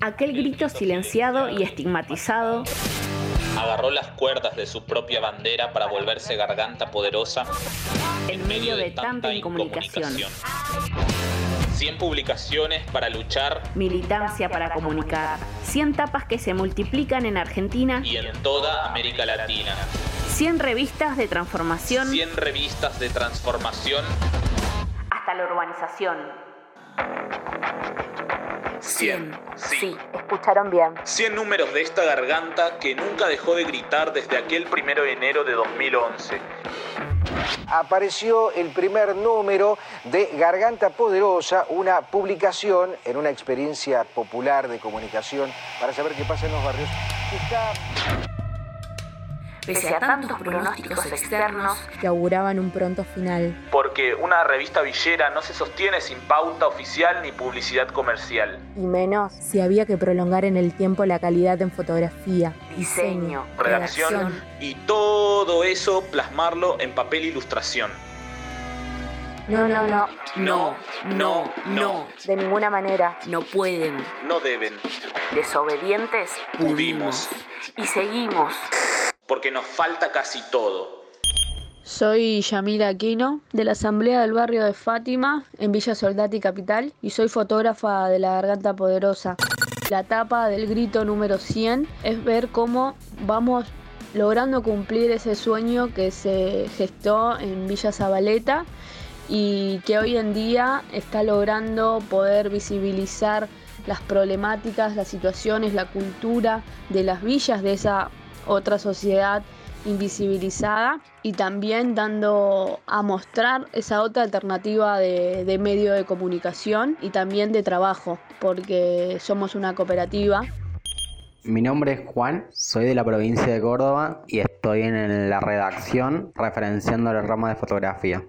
Aquel grito silenciado y estigmatizado agarró las cuerdas de su propia bandera para volverse garganta poderosa en medio de tanta incomunicación. incomunicación. 100 publicaciones para luchar Militancia para comunicar. 100 tapas que se multiplican en Argentina. y en toda América Latina. 100 revistas de transformación 100 revistas de transformación, hasta la urbanización. 100. Sí, escucharon bien. 100 números de esta garganta que nunca dejó de gritar desde aquel primero de enero de 2011. apareció el primer número de Garganta Poderosa, una publicación en una experiencia popular de comunicación para saber qué pasa en los barrios. Está- Pese a tantos pronósticos externos, que auguraban un pronto final. Porque una revista villera no se sostiene sin pauta oficial ni publicidad comercial. Y menos si había que prolongar en el tiempo la calidad en fotografía, Diseño, redacción, y todo eso plasmarlo en papel ilustración. No, no, no, no, no, no, de ninguna manera. no pueden. No deben, Desobedientes, pudimos, y seguimos. porque nos falta casi todo. Soy Yamila Aquino, de la Asamblea del Barrio de Fátima, en Villa Soldati Capital, y soy fotógrafa de La Garganta Poderosa. La etapa del grito número 100 es ver cómo vamos logrando cumplir ese sueño que se gestó en Villa Zabaleta y que hoy en día está logrando poder visibilizar las problemáticas, las situaciones, la cultura de las villas de esa otra sociedad invisibilizada y también dando a mostrar esa otra alternativa de, de medio de comunicación y también de trabajo, porque somos una cooperativa Mi nombre es Juan, soy de la provincia de Córdoba y estoy en la redacción referenciando la rama de fotografía.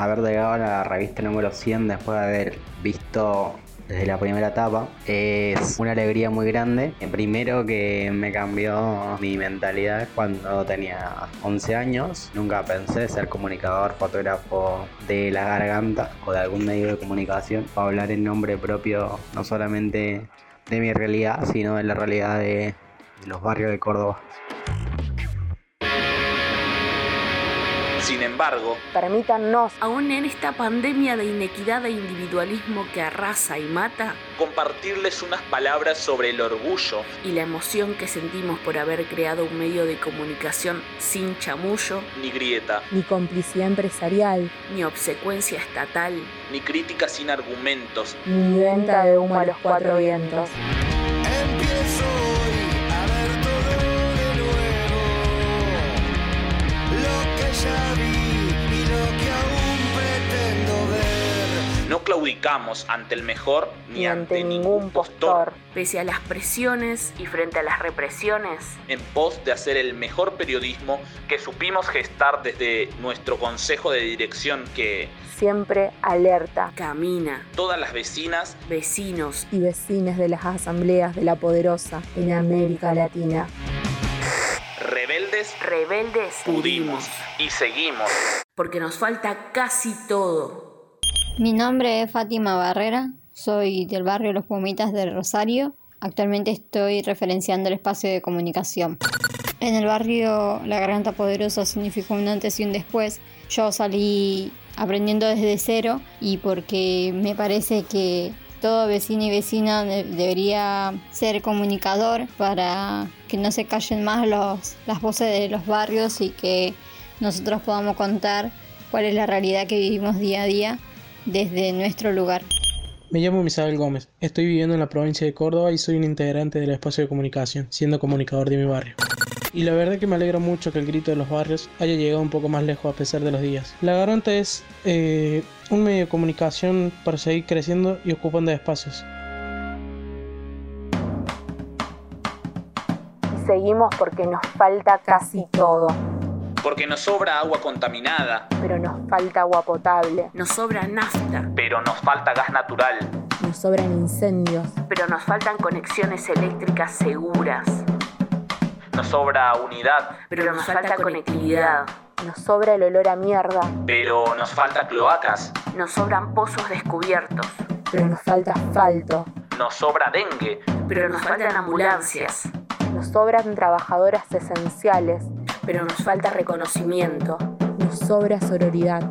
Haber llegado a la revista número 100 después de haber visto desde la primera etapa es una alegría muy grande. Primero que me cambió mi mentalidad cuando tenía 11 años. Nunca pensé ser comunicador, fotógrafo de la garganta o de algún medio de comunicación. Hablar en nombre propio no solamente de mi realidad, sino de la realidad de, de los barrios de Córdoba. Sin embargo, Permítannos Aún en esta pandemia de inequidad e individualismo que arrasa y mata, compartirles unas palabras sobre el orgullo y la emoción que sentimos por haber creado un medio de comunicación sin chamullo, ni grieta, ni complicidad empresarial, ni obsecuencia estatal, ni crítica sin argumentos, ni venta de humo a los cuatro vientos. Empiezo hoy a ver todo de nuevo. Lo que ya vi y lo que aún pretendo ver. no claudicamos ante el mejor ni, ante ningún postor pese a las presiones y frente a las represiones, en pos de hacer el mejor periodismo que supimos gestar desde nuestro consejo de dirección que Siempre alerta. camina, todas las vecinas vecinos, Y vecinas de las asambleas de la poderosa en América Latina. rebeldes rebeldes, pudimos y seguimos. porque nos falta casi todo. Mi nombre es Fátima Barrera, soy del barrio Los Pumitas del Rosario. Actualmente estoy referenciando el espacio de comunicación. En el barrio La Garganta Poderosa significó un antes y un después. Yo salí aprendiendo desde cero y porque me parece que todo vecino y vecina de- debería ser comunicador para que no se callen más los, las voces de los barrios y que nosotros podamos contar cuál es la realidad que vivimos día a día desde nuestro lugar. Me llamo Misael Gómez, estoy viviendo en la provincia de Córdoba y soy un integrante del espacio de comunicación, siendo comunicador de mi barrio. Y la verdad que me alegra mucho que el grito de los barrios haya llegado un poco más lejos a pesar de los días. La Garanta es eh, un medio de comunicación para seguir creciendo y ocupando espacios. Y seguimos porque nos falta casi todo, Porque nos sobra agua contaminada, pero nos falta agua potable, Nos sobra nafta, pero nos falta gas natural, nos sobran incendios, pero nos faltan conexiones eléctricas seguras, nos sobra unidad, pero, nos, falta, conectividad, nos sobra el olor a mierda, pero nos falta cloacas, nos sobran pozos descubiertos, pero nos falta asfalto, Nos sobra dengue. pero nos faltan ambulancias, Nos sobran trabajadoras esenciales. pero nos falta reconocimiento, Nos sobra sororidad.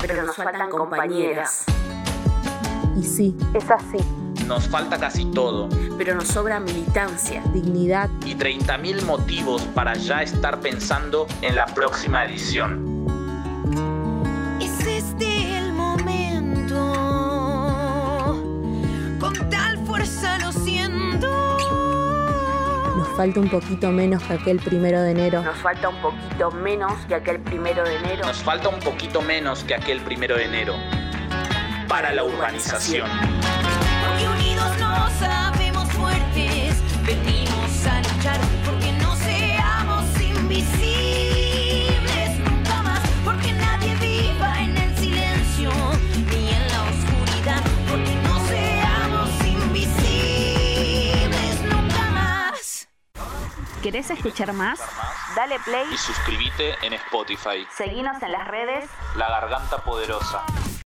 pero nos faltan compañeras, Y sí, es así. Nos falta casi todo. pero nos sobra militancia. Dignidad. Y 30.000 motivos para ya estar pensando en la próxima edición. Es este el momento. Con tal fuerza lo siento. Nos falta un poquito menos que aquel primero de enero. Nos falta un poquito menos que aquel primero de enero. Nos falta un poquito menos que aquel primero de enero para la urbanización. Porque unidos nos sabemos fuertes. Venimos a luchar porque no seamos invisibles nunca más. Porque nadie viva en el silencio ni en la oscuridad. Porque no seamos invisibles nunca más. ¿Querés escuchar más? Dale play, Y suscríbete en Spotify, seguinos en las redes La Garganta Poderosa.